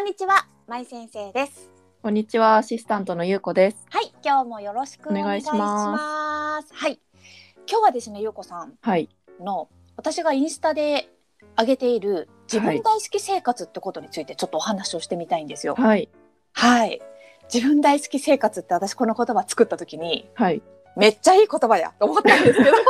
んにちは、まい先生です。こんにちは、アシスタントのゆうこです。はい、今日もよろしくお願いします。はい、今日はですね、ゆうこさんはい、の私がインスタで上げている自分大好き生活ってことについてちょっとお話をしてみたいんですよ。はい、はい、自分大好き生活って私この言葉作った時にはい、めっちゃいい言葉やと思ったんですけ ど、ジ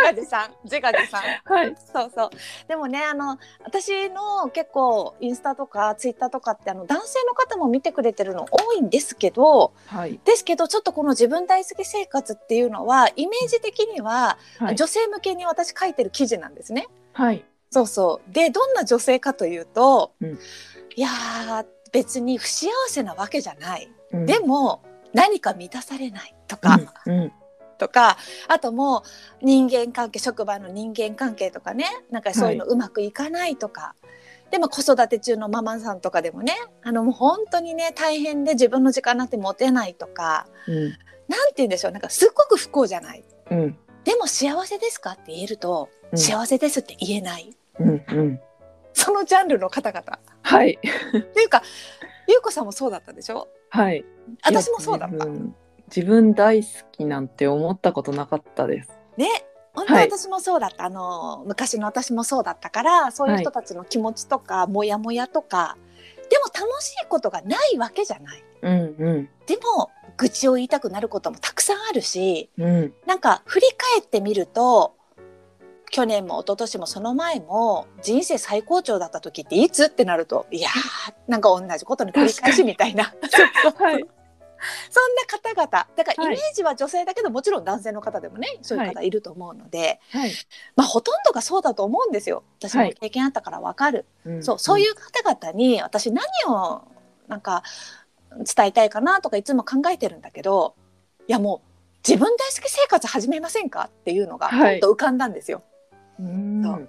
ガジさん、ジガジさん。はい、そうそうでもねあの私の結構インスタとかツイッターとかってあの男性の方も見てくれてるの多いんですけどはい、ですけどちょっとこの自分大好き生活っていうのはイメージ的には、はい女性向けに私書いてる記事なんですね。はい、そうそうでどんな女性かというと、うんいやー別に不幸せなわけじゃない、うんでも何か満たされないとか。うん、うんとかあともう人間関係職場の人間関係とかねなんかそういうのうまくいかないとか、でも子育て中のママさんとかでもねあのもう本当にね大変で自分の時間なんて持てないとかうん、なんて言うんでしょうなんかすっごく不幸じゃないうん、でも幸せですかって言えると、うん幸せですって言えないうん、うん、そのジャンルの方々。はい、っていうか優子さんもそうだったでしょはい。私もそうだっいやた。ん自分大好きなんて思ったことなかったです。ね本当にはい私もそうだった、あの昔の私もそうだったからそういう人たちの気持ちとか、モヤモヤとかでも楽しいことがないわけじゃないうん、うでも愚痴を言いたくなることもたくさんあるしん、うん、なんか振り返ってみると去年も一昨年もその前も人生最高潮だった時っていつってなるといやーなんか同じことの繰り返しみたいなはい、 そんな方々だからイはメいージは女性だけど、もちろん男性の方でもねそういう方いると思うので。はい、まあ、ほとんどがそうだと思うんですよ私はもい経験あったからわかる、うんそうそういう方々に私何をなんか伝えたいかなとかいつも考えてるんだけどいやもう自分大好き生活始めませんかっていうのがは本い当浮かんだんですよ。うん。そう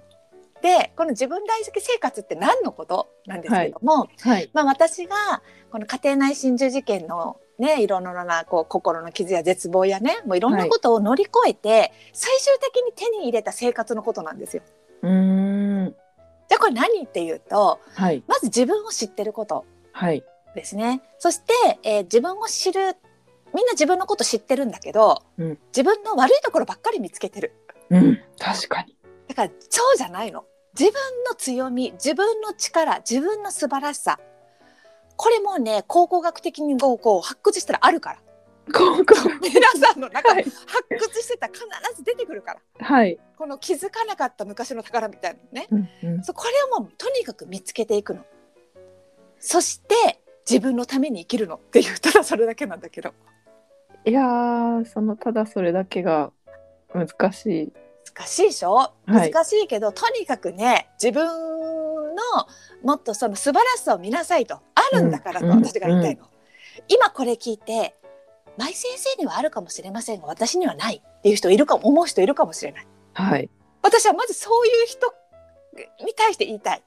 でこの自分大好き生活って何のことなんですけども、はい、まあ、私がこの家庭内心中事件のねいろんなこう心の傷や絶望やねもういろんなことを乗り越えて、最終的に手に入れた生活のことなんですよ。うん、じゃあこれ何っていうとはい、まず自分を知ってることはい、ですねそして、えー自分を知るみんな自分のこと知ってるんだけど、うん自分の悪いところばっかり見つけてるうん、確かに。だからそうじゃないの自分の強み自分の力自分の素晴らしさこれもうね考古学的にこうこう発掘したらある からこうこ皆さんの中はでい発掘してたら必ず出てくるからう、はい、この気づかなかった昔の宝みたいなのねうん、うん、そうこれをもうとにかく見つけていくのそして自分のために生きるのっていうただそれだけなんだけどいやーそのただそれだけが難しい。難しいでしょはい難しいけど、とにかくね自分のもっとその素晴らしさを見なさいとあるんだからとうんうん私が言いたいの、今これ聞いて舞先生にはあるかもしれませんが私にはないっていう人いるかも思う人いるかもしれないはい。私はまずそういう人に対して言いたい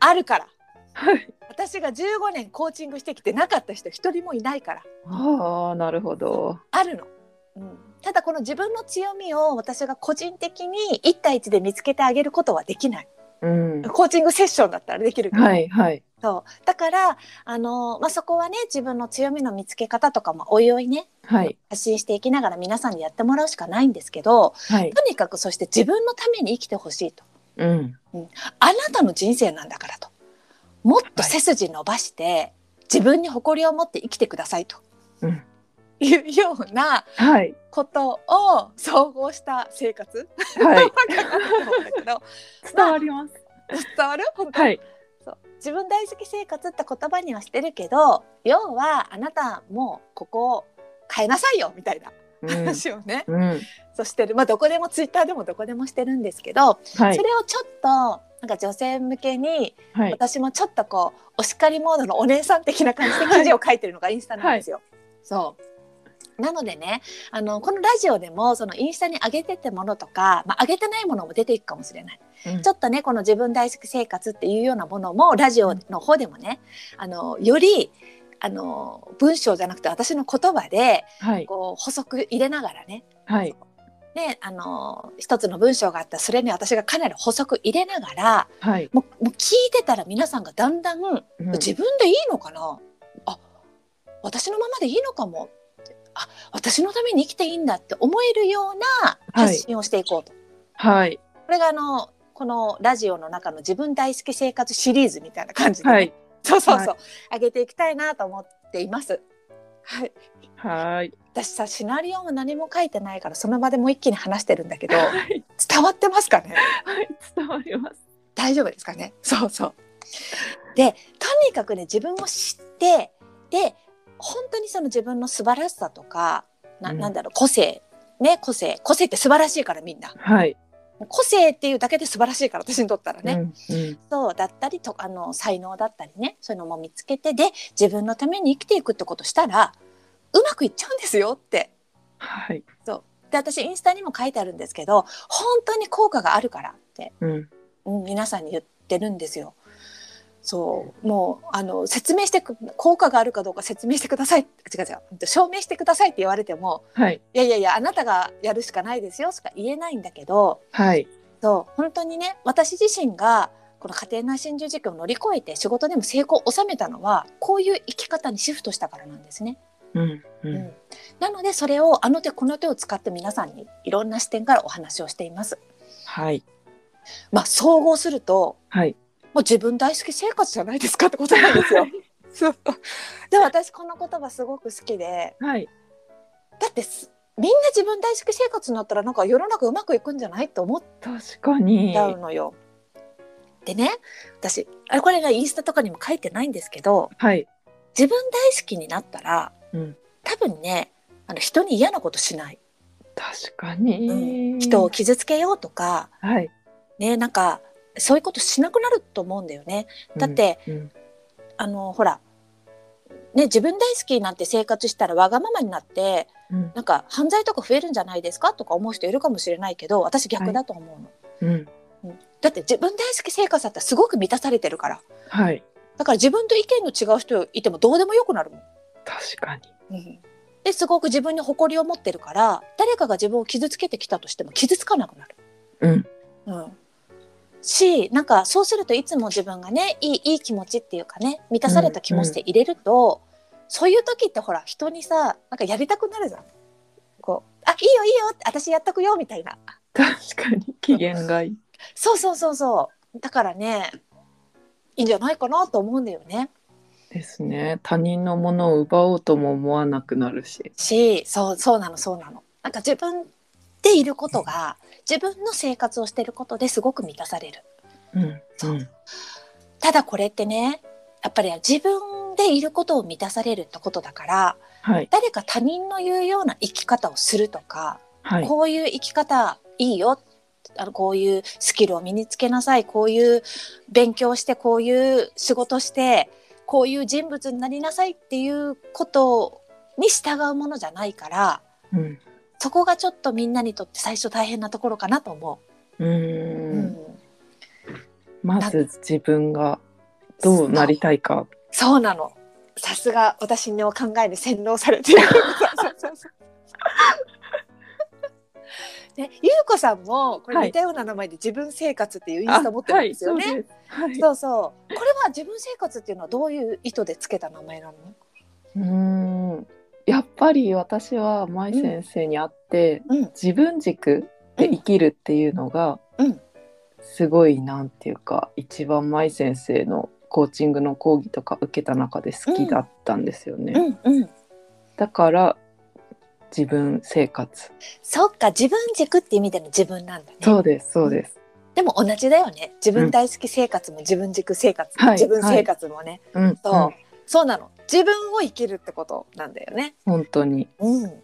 あるからはい。私が15年コーチングしてきてなかった人一人もいないからああ、なるほど。あるの、うん、ただこの自分の強みを私が個人的に1対1で見つけてあげることはできないうん。コーチングセッションだったらできるけど、はいはい。そうだからあの、まあ、そこはね自分の強みの見つけ方とかもおいおいねはい。発信していきながら皆さんにやってもらうしかないんですけどはい。とにかくそして自分のために生きてほしいとうん。あなたの人生なんだからともっと背筋伸ばして、自分に誇りを持って生きてくださいと、うんいうようなはい。ことを総合した生活はい。だけど伝わります。伝わる本当にはい。そう自分大好き生活って言葉にはしてるけど要はあなたもうここを変えなさいよみたいな うん。話をね、うん。そうしてるまあどこでもツイッターでもどこでもしてるんですけど、はいそ。れをちょっとなんか女性向けにはい。私もちょっとこうお叱りモードのお姉さん的な感じで記事を書いてるのがインスタなんですよ。そうなのでねあのこのラジオでもそのインスタに上げてたものとか、まあ、上げてないものも出ていくかもしれない、うんちょっとねこの自分大好き生活っていうようなものもラジオの方でもねあのよりあの文章じゃなくて私の言葉ではい。こう補足入れながらねはい。ね、あの一つの文章があったらそれに私がかなり補足入れながらはい。もうもう聞いてたら皆さんがだんだんうん自分でいいのかなあ私のままでいいのかもってあ私のために生きていいんだって思えるような発信をしていこうと、はい。これがあのこのラジオの中の自分大好き生活シリーズみたいな感じでね、はい。そうそうそう、は上げていきたいなと思っています。はい、はい。私さシナリオも何も書いてないからその場でもう一気に話してるんだけど伝わってますかねはい。伝わります。大丈夫ですかね そうそう。でとにかくね自分を知ってで本当にその自分の素晴らしさとかな,、うんん、なんだろう個性ね個性個性って素晴らしいからみんなはい。個性っていうだけで素晴らしいから私にとったらね、うん。うんそうだったりとあの才能だったりねそういうのも見つけてで自分のために生きていくってことしたらうまくいっちゃうんですよってはい。で私インスタにも書いてあるんですけど本当に効果があるからって、うん。うん、皆さんに言ってるんですよ。そうもうあの説明してく効果があるかどうか説明してください違う違ううんと証明してくださいって言われてもはい。いやいやいやあなたがやるしかないですよしか言えないんだけどはい。そう本当にね私自身がこの家庭内心中事件を乗り越えて仕事でも成功を収めたのはこういう生き方にシフトしたからなんですね。うん。う。うんん、なのでそれをあの手この手を使って皆さんにいろんな視点からお話をしています。はい。まあ総合するとはい。もう自分大好き生活じゃないですかってことなんですよ。そうで私この言葉すごく好きではい。だってすみんな自分大好き生活になったらなんか世の中うまくいくんじゃないって思っ確かに。ちゃうのよ。でね私あれこれがインスタとかにも書いてないんですけどはい。自分大好きになったら、うん多分ねあの人に嫌なことしない確かに。人を傷つけようとか、はい。ねなんかそういうことしなくなると思うんだよね。だって、うん、うんあのほらね、自分大好きなんて生活したらわがままになってうんなんか犯罪とか増えるんじゃないですかとか思う人いるかもしれないけど私逆だと思うの、うん。だって自分大好き生活だったらすごく満たされてるからはい。だから自分と意見の違う人いてもどうでもよくなるもん。確かに。ですごく自分に誇りを持ってるから誰かが自分を傷つけてきたとしても傷つかなくなる。うん。うん、しなんかそうするといつも自分がねいいいい気持ちっていうかね満たされた気持ちで入れると、そういう時ってほら人にさなんかやりたくなるじゃん。こうあいいよいいよって私やっとくよみたいな確かに。機嫌がいい。そうそうそうそうだからねいいんじゃないかなと思うんだよね。ですね。他人のものを奪おうとも思わなくなるし。しそうそうなのそうなのなんか自分でいることが自分の生活をしてることですごく満たされるうん。そうただこれってねやっぱり自分でいることを満たされるってことだからはい。誰か他人の言うような生き方をするとか、はい。こういう生き方いいよあのこういうスキルを身につけなさいこういう勉強してこういう仕事してこういう人物になりなさいっていうことに従うものじゃないから、うん。そこがちょっとみんなにとって最初大変なところかなと思うう。ー。うんまず自分がどうなりたいか。そうなの。さすが私の考えに洗脳されている。そうそうそう ね、ゆうこさんもこれはい似たような名前で自分生活っていうインスタ持ってるんですよね。はい。そうですはいそうそう。これは自分生活っていうのはどういう意図でつけた名前なの？うーん。やっぱり私は舞先生に会って、うん自分軸で生きるっていうのが、うんすごいなんていうか一番舞先生のコーチングの講義とか受けた中で好きだったんですよね、んうん。だから自分生活そっか自分軸って意味での自分なんだね。そうですそうです、でも同じだよね。自うん分大好き生活も自分軸生活、はい自分生活もね。うんうん、そう、そうなの。自分を生きるってことなんだよね。本当にうん。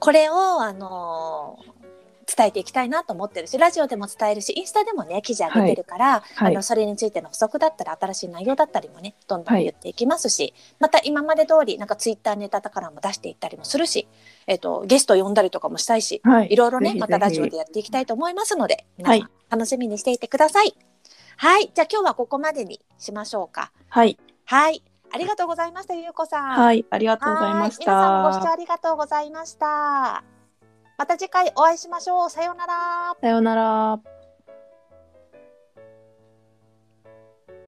これをあのー伝えていきたいなと思ってるし、ラジオでも伝えるし、インスタでもね記事上げてるから、はあいのそれについての補足だったり新しい内容だったりもねどんどんはい言っていきますし、また今まで通りなんかツイッターネタだからも出していったりもするし、えっ、とゲスト呼んだりとかもしたいし、はいいろいろねぜひぜひまたラジオでやっていきたいと思いますので皆さはいん楽しみにしていてください。はい、じゃあ今日はここまでにしましょうか。はいはい、ありがとうございました、ゆうこさん。はいありがとうございはまいし皆さんもご視た聴ありがとうございました。また次回お会いしましょう。さようなら。さようなら。